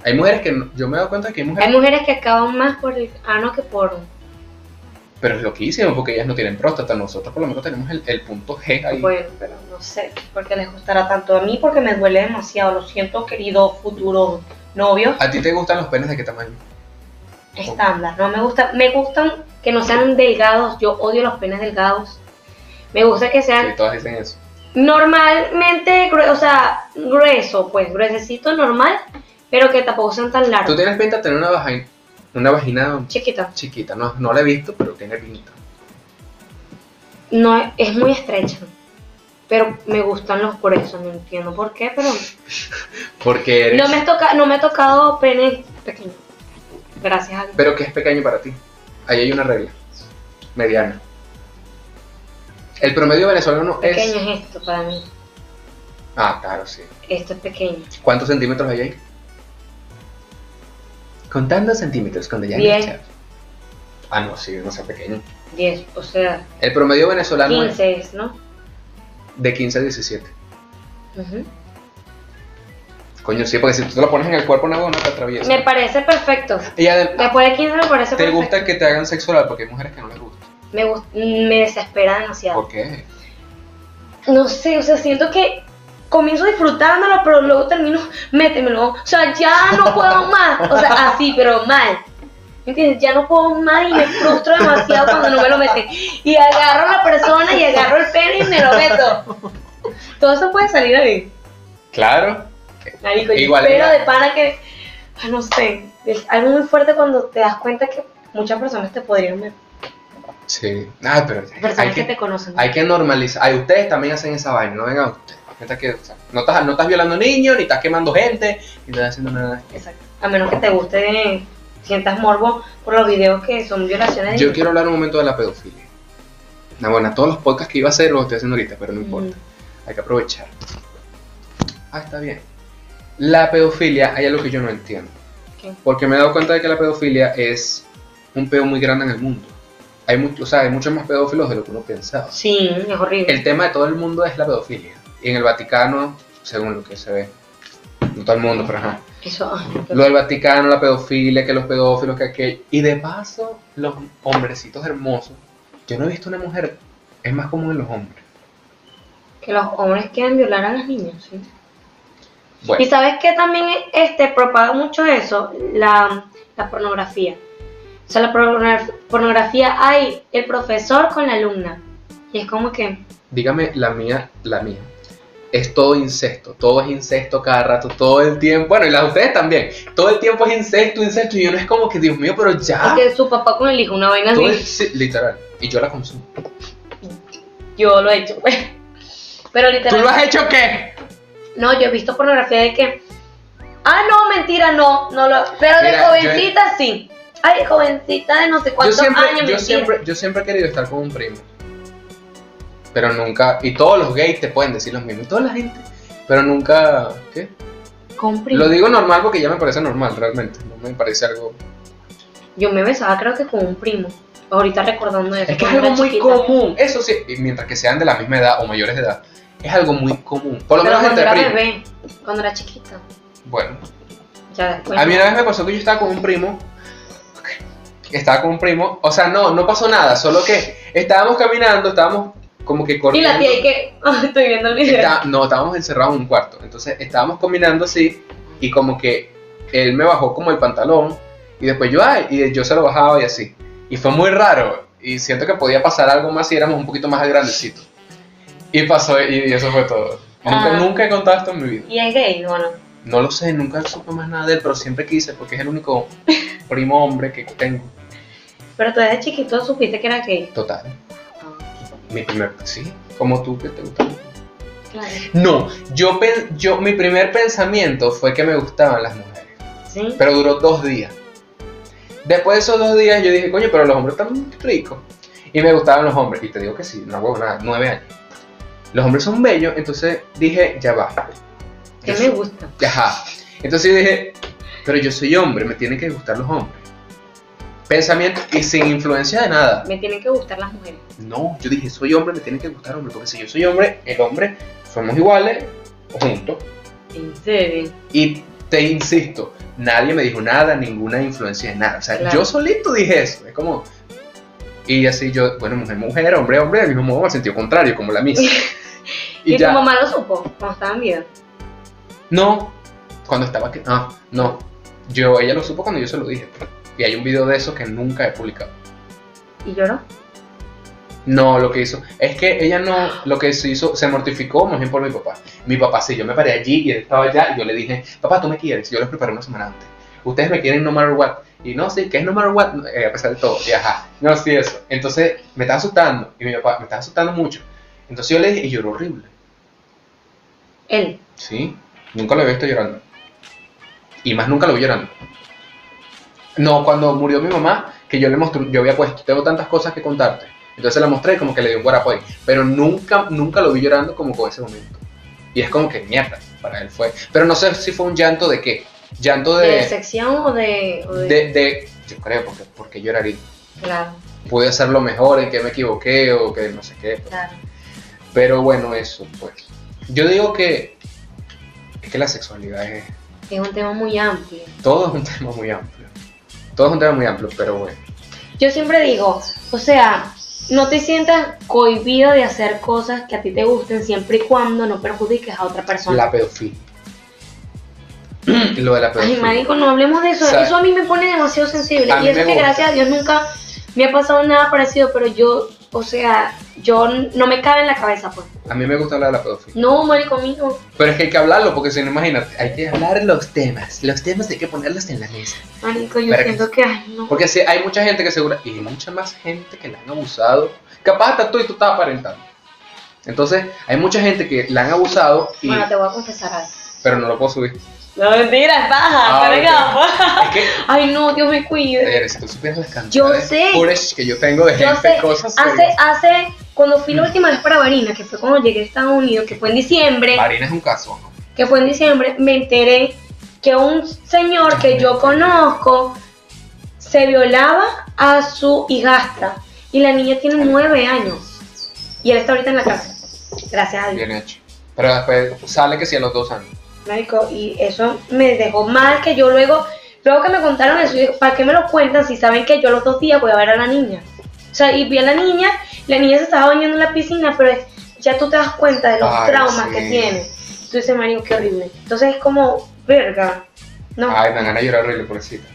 D: Hay mujeres que no- yo me he dado cuenta de que hay mujeres,
C: Hay mujeres que acaban más por el ano que por.
D: pero es loquísimo porque ellas no tienen próstata. Nosotros por lo menos tenemos el, el punto G ahí.
C: Bueno, pero no sé por qué les gustará tanto a mí, porque me duele demasiado. Lo siento, querido futuro novio.
D: ¿A ti te gustan los penes de qué tamaño?
C: Estándar, no me gusta. Me gustan que no sean delgados. Yo odio los penes delgados. Me gusta que sean
D: Sí, todas dicen eso.
C: normalmente, grue- o sea, grueso, pues, gruesecito, normal, pero que tampoco sean tan
D: Tú
C: largos.
D: tienes pinta de tener una vagina, una vagina
C: Chiquita.
D: chiquita. No, no la he visto, pero tiene pinta.
C: No, es muy estrecha. Pero me gustan los gruesos, no entiendo por qué, pero
D: Porque eres.
C: no me, toca, no me ha tocado pene pequeño. Gracias a Dios.
D: Pero que es pequeño para ti. Ahí hay una regla. Mediana. El promedio venezolano es.
C: Pequeño es esto para mí.
D: Ah, claro, sí.
C: Esto es pequeño.
D: ¿Cuántos centímetros hay ahí? Contando centímetros con Deyanira
C: Diez.
D: Chávez. Ah, no, sí, no sea pequeño.
C: 10, o sea,
D: El promedio venezolano
C: 15 es, ¿no?
D: es de 15 a 17.
C: Ujú.
D: Coño, sí, porque si tú te lo pones en el cuerpo, una no te atraviesa.
C: Me parece perfecto.
D: Y además,
C: Después de 15 me parece
D: ¿te
C: perfecto.
D: gusta que te hagan sexo oral? Porque hay mujeres que no les gusta.
C: Me, gust- me desespera demasiado.
D: ¿Por qué?
C: no sé, o sea, siento que comienzo disfrutándolo, pero luego termino, métemelo. O sea, ya no puedo más. O sea, así, pero mal. ¿Me ¿Entiendes? Ya no puedo más y me frustro demasiado cuando no me lo meten. Y agarro a la persona y agarro el pene y me lo meto. Todo eso puede salir ahí.
D: Claro.
C: Marico, yo
D: Igual,
C: espero
D: mira.
C: de pana que, ay, no sé, es algo muy fuerte cuando te das cuenta que muchas personas te podrían meter.
D: Sí. Ah, pero hay
C: Personas que,
D: que,
C: te conocen.
D: hay que normalizar. Ay, ustedes también hacen esa vaina, no vengan ustedes. Neta que, o sea, no, estás, no estás violando niños, ni estás quemando gente, ni estás haciendo nada.
C: Exacto. A menos que te guste, sientas morbo por los videos que son violaciones.
D: Yo quiero hablar un momento de la pedofilia. No, bueno, todos los podcasts que iba a hacer los estoy haciendo ahorita, pero no importa.
C: Mm.
D: Hay que aprovechar. Ah, está bien. La pedofilia, hay algo que yo no entiendo.
C: ¿Qué?
D: Porque me he dado cuenta de que la pedofilia es un pedo muy grande en el mundo. Hay mucho, o sea, hay muchos más pedófilos de lo que uno pensaba.
C: Sí, es horrible.
D: El tema de todo el mundo es la pedofilia. Y en el Vaticano, según lo que se ve, no todo el mundo, pero ajá.
C: Eso. ah, ay, qué-
D: Lo del Vaticano, la pedofilia, que los pedófilos, que aquello. Y de paso, los hombrecitos hermosos. Yo no he visto una mujer, es más común en los hombres.
C: Que los hombres quieran violar a las niñas. ¿sí? Y
D: Bueno,
C: sabes que también este propaga mucho eso, la, la pornografía. O sea, la pornograf- pornografía hay el profesor con la alumna. Y es como que,
D: dígame la mía, la mía. Es todo incesto, todo es incesto cada rato, todo el tiempo. Bueno, y las de ustedes también. Todo el tiempo es incesto, incesto. Y uno es como que, Dios mío, pero ya.
C: que su papá con el hijo, una vaina
D: Todo
C: así.
D: es- sí, literal. Y yo la consumo.
C: Yo lo he hecho, pues. [LAUGHS] Pero
D: ¿Tú
C: literalmente.
D: lo has hecho qué?
C: No, yo he visto pornografía de que. Ah, no, mentira, no. no lo... Pero de
D: Mira, yo he-
C: jovencita sí. Ay, de jovencita de no sé
D: Yo
C: cuántos
D: siempre,
C: años.
D: yo,
C: mentira.
D: siempre, yo siempre he querido estar con un primo. Pero nunca. Y todos los gays te pueden decir lo mismo. Y toda la gente. Pero nunca. ¿Qué?
C: Compré.
D: Lo digo normal porque ya me parece normal, realmente. No me parece algo.
C: Yo me besaba, creo que con un primo. Ahorita recordando eso.
D: Es que es
C: cuando
D: algo
C: era
D: muy
C: chiquita.
D: común. Eso sí, y mientras que sean de la misma edad o mayores de edad, es algo muy común. Por lo
C: Pero
D: menos
C: cuando
D: entre
C: era
D: primos.
C: bebé, cuando era chiquita.
D: Bueno,
C: Ya después.
D: a mí una vez me pasó que yo estaba con un primo. Estaba con un primo. O sea, no, no pasó nada. Solo que estábamos caminando, estábamos como que
C: Y
D: corriendo.
C: la tía, y que. [LAUGHS] Estoy viendo el video.
D: Está- no, estábamos encerrados en un cuarto. Entonces estábamos combinando así y como que él me bajó como el pantalón y después yo, ay, y yo se lo bajaba y así. Y fue muy raro y siento que podía pasar algo más si éramos un poquito más grandecitos. Y pasó y, y eso fue todo. Nunca,
C: Ah.
D: nunca he contado esto en mi vida.
C: Y es gay, bueno.
D: No lo sé, nunca supe más nada de él, pero siempre quise porque es el único primo hombre que tengo.
C: Pero tú desde chiquito supiste que era gay.
D: Total. Mi primer, sí, como tú que te gusta.
C: Claro.
D: No, yo, pen- yo, mi primer pensamiento fue que me gustaban las mujeres,
C: Sí.
D: pero duró dos días. Después de esos dos días yo dije, coño, pero los hombres están ricos. Y me gustaban los hombres. Y te digo que sí, no huevo nada, nueve años. Los hombres son bellos, entonces dije, ya va.
C: Que
D: Eso-
C: me gusta.
D: Ajá. Entonces yo dije, pero yo soy hombre, me tienen que gustar los hombres. Pensamiento y sin influencia de nada.
C: Me tienen que gustar las mujeres.
D: No, yo dije, soy hombre, me tienen que gustar hombre, porque si yo soy hombre, el hombre, somos iguales, juntos.
C: En serio.
D: Y te insisto, nadie me dijo nada, ninguna influencia de nada. O sea,
C: Claro.
D: yo solito dije eso. Es como. Y así yo, bueno, mujer, mujer, hombre, hombre, del mismo modo, al sentido contrario, como la misma.
C: ¿Y,
D: y
C: tu
D: ya.
C: mamá lo supo cuando estaba en vida?
D: No, cuando estaba aquí. No, no. Yo, ella lo supo cuando yo se lo dije. Y hay un video de eso que nunca he publicado.
C: ¿Y lloró?
D: No, lo que hizo. Es que ella no. Lo que se hizo, se mortificó más bien por mi papá. Mi papá, sí, yo me paré allí y él estaba allá. Y yo le dije, papá, tú me quieres. Yo les preparé una semana antes. Ustedes me quieren no matter what. Y no, sí, que es no matter what. eh, a pesar de todo. Y ajá. No, sí, eso. Entonces me estaba asustando. Y mi papá me estaba asustando mucho. Entonces yo le dije, y lloró horrible.
C: Él.
D: Sí, nunca lo había visto llorando. Y más nunca lo vi llorando. No, cuando murió mi mamá, que yo le mostré, yo había puesto, tengo tantas cosas que contarte. Entonces la mostré y como que le dio un guarapo ahí. Pero nunca, nunca lo vi llorando como con ese momento. Y es como que mierda, para él fue. Pero no sé si fue un llanto de qué. Llanto
C: ¿De
D: de.
C: sección o de.? o
D: De,
C: de-
D: de- yo creo, porque, porque lloraría.
C: Claro,
D: Pude hacerlo mejor, en que me equivoqué o que no sé qué.
C: claro.
D: Pero bueno, eso, pues. Yo digo que. Es que la sexualidad es.
C: Es un tema muy amplio.
D: Todo es un [LAUGHS] tema muy amplio. Todo es un tema muy amplio, pero bueno.
C: Yo siempre digo, o sea, no te sientas cohibida de hacer cosas que a ti te gusten siempre y cuando no perjudiques a otra persona.
D: La pedofilia. Lo de la
C: Ah. Ay,
D: pedofilia.
C: marico, no hablemos de eso.
D: O sea,
C: eso a mí me pone demasiado sensible.
D: a mí
C: Y eso
D: me
C: que
D: gusta.
C: gracias a Dios nunca me ha pasado nada parecido, pero yo, o sea, yo n- no me cabe en la cabeza, pues.
D: A mí me gusta hablar de la pedofilia.
C: No, marico, mío.
D: Pero es que hay que hablarlo, porque si no, imagínate, hay que hablar los temas. Los temas hay que ponerlos en la mesa.
C: Marico, yo
D: Verga.
C: siento que, ay, no.
D: Porque si hay mucha gente que segura, y mucha más gente que la han abusado. Capaz hasta tú y tú estás aparentando. Entonces, hay mucha gente que la han abusado, y,
C: Bueno, te voy a confesar algo.
D: pero no lo puedo subir.
C: No, mentira, es baja,
D: Ah,
C: verga.
D: Es que,
C: Ay, no, Dios me cuide.
D: eh, si tú supieras las cantidades
C: Yo sé.
D: puras que yo tengo de
C: Yo
D: gente,
C: sé,
D: cosas.
C: Hace, hace, cuando fui la última vez para Barinas, que fue cuando llegué a Estados Unidos, que fue en diciembre,
D: Marina es un caso. ¿no?
C: que fue en diciembre, me enteré que un señor que yo conozco se violaba a su hijastra y la niña tiene nueve años y él está ahorita en la cárcel. Gracias a Dios.
D: Bien hecho. Pero después sale que si a los dos años.
C: Marico, y eso me dejó mal que yo luego, luego que me contaron eso, yo digo, ¿para qué me lo cuentan si saben que yo los dos días voy a ver a la niña? O sea, y vi a la niña, la niña se estaba bañando en la piscina, pero es- ya tú te das cuenta de los
D: Ay,
C: traumas
D: sí.
C: que tiene. Entonces dices, marico, qué horrible. Entonces es como, verga. No,
D: Ay, me dan ganas de llorar horrible, pobrecita.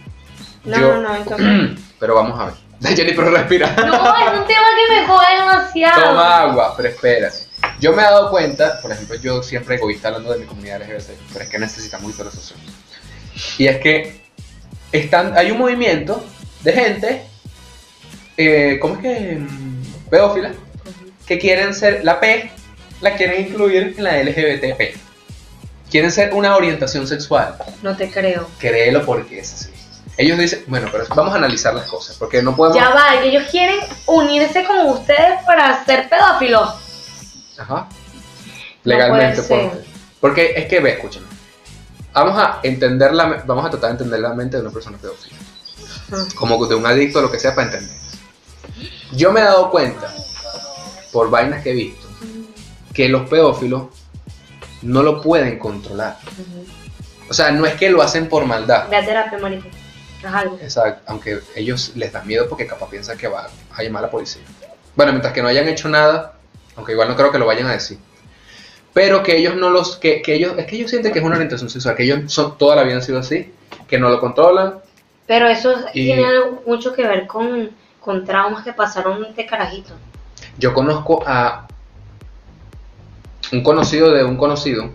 C: no,
D: yo-
C: no, no, entonces.
D: [CLEARS THROAT] Pero vamos a ver. [LAUGHS] Jenny, pero respira.
C: no, es un tema que me jode demasiado.
D: Toma agua, pero espérate. Yo me he dado cuenta, por ejemplo, yo siempre egoísta hablando de mi comunidad LGBT, pero es que necesitamos visualización. Y es que están, hay un movimiento de gente eh, ¿cómo es que? mm, pedófilas, que quieren ser, la P, la quieren incluir en la LGBTP. Quieren ser una orientación sexual.
C: No te creo.
D: Créelo porque es así. Ellos dicen, bueno, pero vamos a analizar las cosas, porque no podemos...
C: Ya va, que ellos quieren unirse con ustedes para ser pedófilos.
D: Ajá. Legalmente,
C: puede ser.
D: por- porque es que, ve, escúchame. Vamos a entender la, me- vamos a tratar de entender la mente de una persona pedófila.
C: Ujú.
D: Como de un adicto, lo que sea, para entender. Yo me he dado cuenta, por vainas que he visto, que los pedófilos no lo pueden controlar. O sea, no es que lo hacen por maldad.
C: Ve a terapia, marico. Haz algo.
D: Exacto, aunque ellos les da miedo porque capaz piensan que va a llamar a la policía. Bueno, mientras que no hayan hecho nada, aunque igual no creo que lo vayan a decir. Pero que ellos no los, que, que ellos, es que ellos sienten que es una orientación sexual, que ellos son, toda la vida han sido así, que no lo controlan.
C: Pero eso
D: Y-
C: tiene algo- mucho que ver con, con traumas que pasaron de carajito.
D: Yo conozco a un conocido de un conocido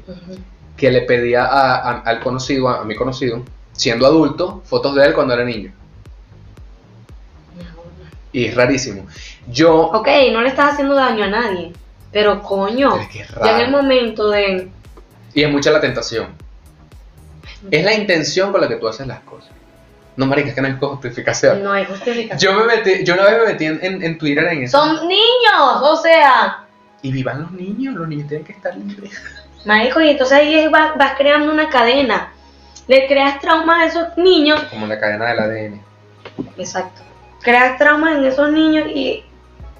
D: que le pedía a- a- al conocido, a, a mi conocido, siendo adulto, fotos de él cuando era niño. Y es rarísimo. Yo...
C: Ok, no le estás haciendo daño a nadie. Pero coño,
D: Es que es
C: Oh. ya en el
D: raro.
C: momento de.
D: Y es mucha la tentación. Es la intención con la que tú haces las cosas. No, marica, es que no hay justificación.
C: No hay justificación.
D: Yo me metí, yo una vez me metí en, en- en Twitter en eso.
C: Son niños, o sea.
D: Y vivan los niños, los niños tienen que estar libres.
C: Marico, y entonces ahí es- vas, vas creando una cadena. Le creas traumas a esos niños.
D: Como la cadena del ADN.
C: Exacto. Creas traumas en esos niños y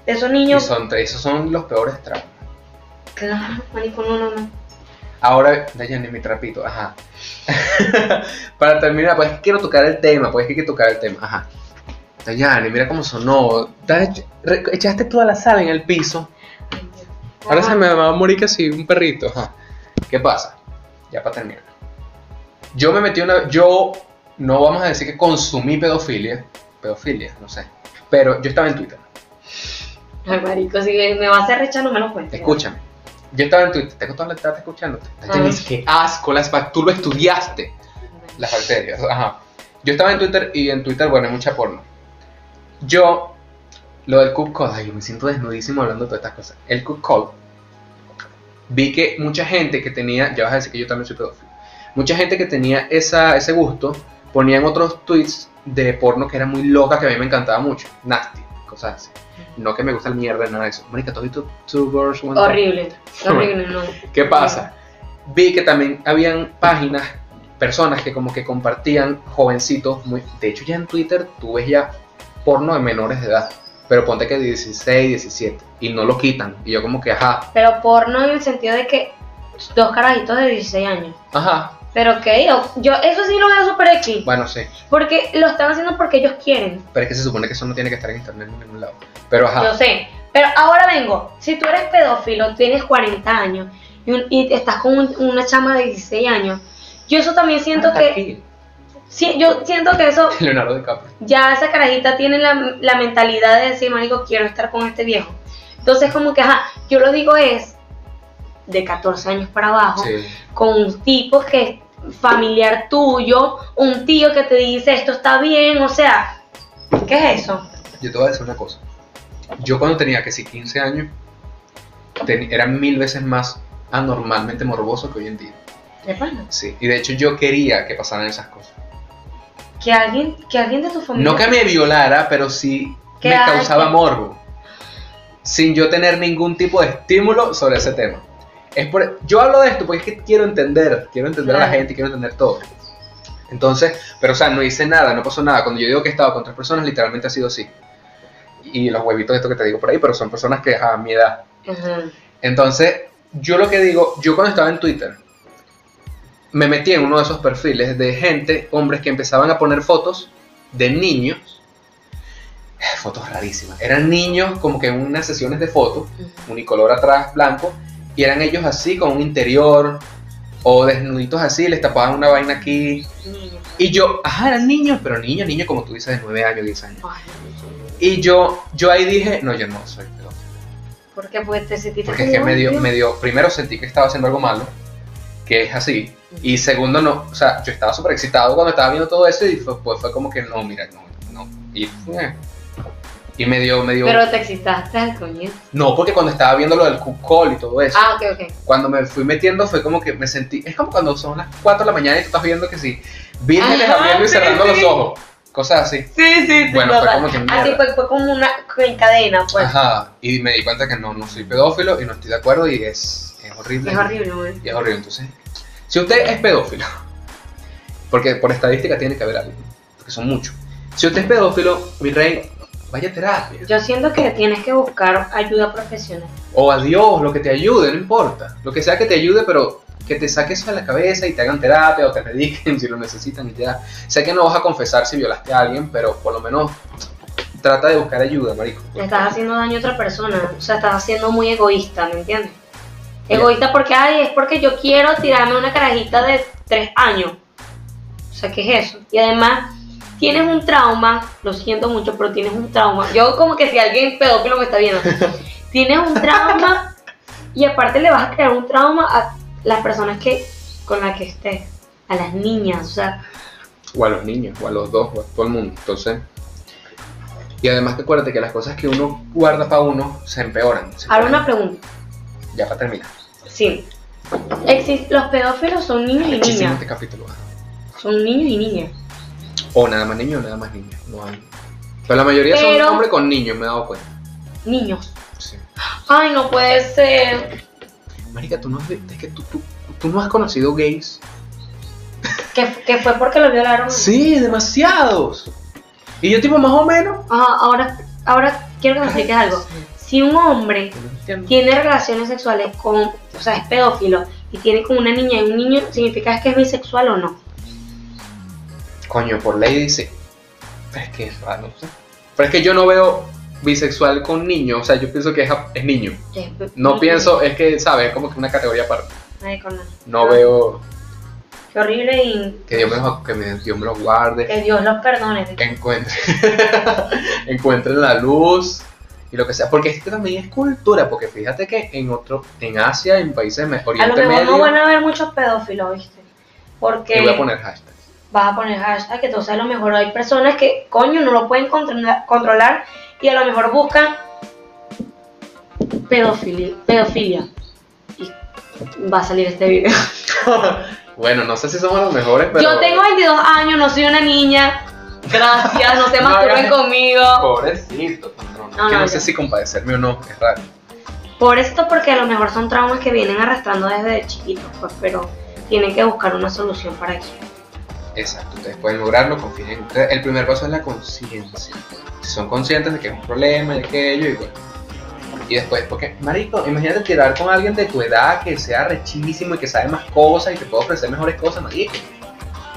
C: esos
D: Y
C: niños.
D: son, esos son los peores traumas.
C: Claro, marico, no, no, no.
D: Ahora, Dayane, mi trapito, ajá. [LAUGHS] Para terminar, pues es que quiero tocar el tema, pues es que quiero tocar el tema, ajá. Dayane, mira cómo sonó. Da- re- Echaste toda la sal en el piso. Ahora
C: Ajá.
D: se me va a morir casi un perrito. Ajá. ¿Qué pasa? Ya para terminar. Yo me metí una. Yo no vamos a decir que consumí pedofilia. Pedofilia, no sé. Pero yo estaba en Twitter.
C: Ay, marico, si me vas a hacer rechar, no me lo cuentes.
D: Escúchame. Yo estaba en Twitter. Tengo toda la data escuchándote. Dayane,
C: Ajá.
D: qué asco. Las bac- tú lo estudiaste. Las bacterias. Ajá. Yo estaba en Twitter y en Twitter, bueno, hay mucha porno. Yo. Lo del Cup Call, ay, yo me siento desnudísimo hablando de todas estas cosas. El Cup Call vi que mucha gente que tenía, ya vas a decir que yo también soy pedófilo, mucha gente que tenía esa, ese gusto ponían otros tweets de porno que era muy loca, que a mí me encantaba mucho, nasty, cosas así. No que me gusta el mierda, nada de eso. Marica, ¿tú has visto Two Girls, One Cup?
C: Horrible,
D: [LAUGHS]
C: horrible, no.
D: ¿Qué pasa? Vi que también habían páginas, personas que como que compartían jovencitos, muy, de hecho ya en Twitter tú ves ya porno de menores de edad, pero ponte que 16, 17, y no lo quitan, y yo como que ajá,
C: Pero porno en el sentido de que dos carajitos de 16 años.
D: ajá,
C: Pero que yo, yo eso sí lo veo super X.
D: bueno sí,
C: Porque lo están haciendo porque ellos quieren.
D: pero es que se supone que eso no tiene que estar en internet en ningún lado, pero ajá,
C: Yo sé. Pero ahora vengo. Si tú eres pedófilo, tienes 40 años y, un- y estás con un- una chama de 16 años. Yo eso también siento
D: Hasta
C: que.
D: Ah, aquí,
C: sí, yo siento que eso.
D: Leonardo DiCaprio,
C: Ya esa carajita tiene la, la mentalidad de decir, marico, quiero estar con este viejo. Entonces, como que, ajá, yo lo digo es de 14 años para abajo.
D: sí,
C: con un tipo que es familiar tuyo, un tío que te dice esto está bien, o sea, ¿qué es eso?
D: yo te voy a decir una cosa, yo cuando tenía que sí 15 años, ten- era mil veces más anormalmente morboso que hoy en día.
C: De pana.
D: Sí, y de hecho yo quería que pasaran esas cosas.
C: Que alguien, que alguien de tu familia.
D: No que me violara, pero sí
C: Que
D: me
C: hay-
D: causaba morbo. Sin yo tener ningún tipo de estímulo sobre ese tema. Es por, yo hablo de esto porque es que quiero entender, quiero entender a la
C: Claro.
D: gente, quiero entender todo. Entonces, pero o sea, no hice nada, no pasó nada. Cuando yo digo que he estado con tres personas, literalmente ha sido así. Y los huevitos, esto que te digo por ahí, pero son personas que a mi edad.
C: Ajá.
D: Entonces, yo lo que digo, yo cuando estaba en Twitter, me metí en uno de esos perfiles de gente, hombres que empezaban a poner fotos de niños. [SIGHS] Fotos rarísimas. Eran niños como que en unas sesiones de fotos, unicolor atrás, blanco, y eran ellos así con un interior o desnuditos así, les tapaban una vaina aquí.
C: Niño.
D: Y yo, ajá, eran niños, pero niños, niños como tú dices, de 9 años, 10 años.
C: Ay,
D: Y yo, yo ahí dije, no, yo no soy pedófilo.
C: ¿Por qué pues te sentiste
D: Porque es que
C: como,
D: me dio,
C: Dios?
D: me dio, primero sentí que estaba haciendo algo malo, que es así, y segundo no, o sea, yo estaba súper excitado cuando estaba viendo todo eso y fue, pues fue como que no, mira, no, no, y eh, Y me dio, me dio.
C: Pero te excitaste al comienzo.
D: No, porque cuando estaba viendo lo del Cup Call y todo eso,
C: Ah, ok, ok.
D: cuando me fui metiendo fue como que me sentí. Es como cuando son las 4 de la mañana y tú estás viendo que sí, vírgenes
C: Ajá,
D: abriendo y
C: sí,
D: cerrando
C: sí.
D: los ojos. Cosas así.
C: Sí, sí, sí.
D: Bueno, fue
C: total.
D: como que
C: Así
D: mierda.
C: fue, fue como una en cadena, pues.
D: Ajá. Y me di cuenta que no, no soy pedófilo y no estoy de acuerdo y es, es horrible.
C: Es horrible, güey.
D: Y es horrible. Entonces, si usted es pedófilo, porque por estadística tiene que haber algo, porque son muchos. Si usted es pedófilo, mi rey, vaya a terapia.
C: Yo siento que tienes que buscar ayuda profesional.
D: o a Dios, lo que te ayude, no importa. Lo que sea que te ayude, pero que te saque eso de la cabeza y te hagan terapia o te mediquen [LAUGHS] si lo necesitan y ya. Sé que no vas a confesar si violaste a alguien, pero por lo menos trata de buscar ayuda, marico.
C: Le estás haciendo daño a otra persona. O sea, estás siendo muy egoísta, ¿me entiendes? Egoísta porque, ay, es porque yo quiero tirarme una carajita de tres años. O sea, ¿qué es eso? Y además, tienes un trauma, lo siento mucho, pero tienes un trauma. Yo como que si alguien pedófilo me está viendo. tienes un trauma y aparte le vas a crear un trauma a las personas que con las que estés, a las niñas, o sea,
D: O a los niños, o a los dos, o a todo el mundo. Entonces... Y además que acuérdate que las cosas que uno guarda para uno se empeoran. se
C: ahora
D: ponen-
C: una pregunta.
D: Ya para terminar.
C: Sí. Exis- los pedófilos son niños y
D: Muchísimo
C: niñas.
D: este capítulo. ajá.
C: Son niños y niñas.
D: O nada más niños o nada más niñas. No hay. Pero la mayoría
C: Pero-
D: son hombres con niños, me he dado cuenta.
C: Niños.
D: Sí.
C: Ay, no puede ser.
D: Marica, tú no has, es que tú, tú, tú no has conocido gays.
C: Mm. Que, que fue porque los violaron.
D: Sí, demasiados. Y yo tipo más o menos.
C: Ajá, ahora, ahora quiero que me expliques algo. Si un hombre tiene relaciones sexuales con, o sea, es pedófilo y tiene con una niña y un niño, ¿significa que es bisexual o no?
D: Coño, por ley dice. Pero es que es raro, ¿sí? Pero es que yo no veo bisexual con niño. O sea, yo pienso que es, a- es niño.
C: Es-
D: No pienso, es que, ¿sabes? Es como que una categoría aparte.
C: Ay, con-
D: No veo
C: Qué horrible y
D: que Dios me los, que me- Dios me los guarde.
C: que Dios los perdone.
D: que encuentren, [LAUGHS] encuentren la luz y lo que sea. Porque esto también es cultura, porque fíjate que en otro, en Asia, en países me-
C: A lo
D: Oriente
C: mejor no
D: Medio,
C: van a haber muchos pedófilos, ¿viste? Porque
D: y voy a poner hashtag.
C: vas a poner hashtag, que entonces a lo mejor hay personas que, coño, no lo pueden controla- controlar y a lo mejor buscan pedofilia. pedofilia. Y va a salir este video.
D: Bueno, no sé si somos los mejores, pero
C: Yo tengo 22 años, no soy una niña. Gracias, [LAUGHS] Oh. no se
D: No
C: masturben
D: hagas-
C: conmigo.
D: pobrecito. No, no,
C: No,
D: que
C: no,
D: no
C: yo-
D: sé si compadecerme o no, es raro.
C: Por esto, porque a lo mejor son traumas que vienen arrastrando desde chiquitos, pues, pero tienen que buscar una solución para eso.
D: Exacto, ustedes pueden lograrlo, confíen en ustedes. El primer paso es la conciencia. Si son conscientes de que es un problema, de aquello, y bueno. Y después, porque, marico, imagínate tirar con alguien de tu edad que sea rechísimo y que sabe más cosas y te puede ofrecer mejores cosas, marico.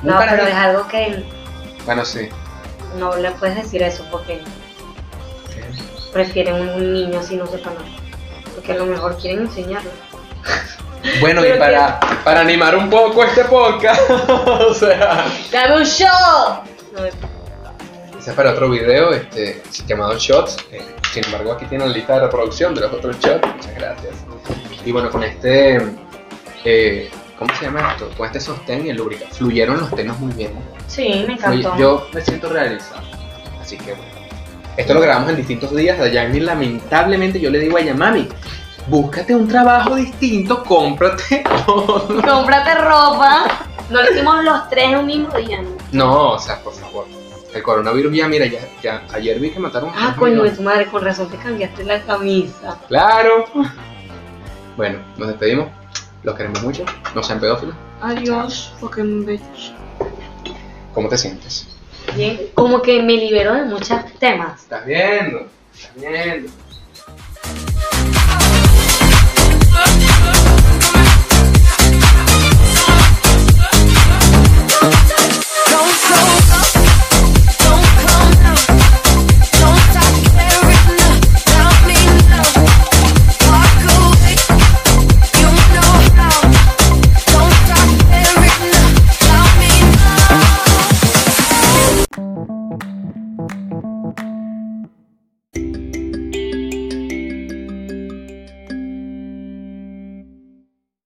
D: Un
C: No, pero
D: carajito-
C: es algo que
D: Bueno, sí.
C: no le puedes decir eso porque prefieren un, un niño así no sepa nada. Porque a lo mejor quieren enseñarlo.
D: Bueno, y
C: Pero
D: para, para animar un poco este podcast, [LAUGHS] o sea,
C: ¡Dame un show! No,
D: ese es para otro video, este, llamado Shots. eh, sin embargo, aquí tienen la lista de reproducción de los otros shots. Muchas gracias. Y bueno, con este, eh, ¿cómo se llama esto? Con este sostén y el lubricante. Fluyeron los temas muy bien.
C: sí, me
D: Oye,
C: encantó.
D: yo me siento realizado. Así que bueno. Esto lo grabamos en distintos días. A Yami, lamentablemente, yo le digo a ella, mami, búscate un trabajo distinto, cómprate otro". [LAUGHS]
C: Cómprate ropa. No lo hicimos los tres en un mismo día. ¿no?
D: No, o sea, por favor. El coronavirus ya, mira, ya, ya ayer vi que mataron a
C: Ah,
D: tres
C: coño, de
D: millones.
C: tu madre, con razón te cambiaste la camisa.
D: Claro. Bueno, nos despedimos. Los queremos mucho. No sean pedófilos.
C: Adiós, fucking bitch.
D: ¿Cómo te sientes?
C: Bien, como que me liberó de muchos temas.
D: Estás viendo. Estás viendo.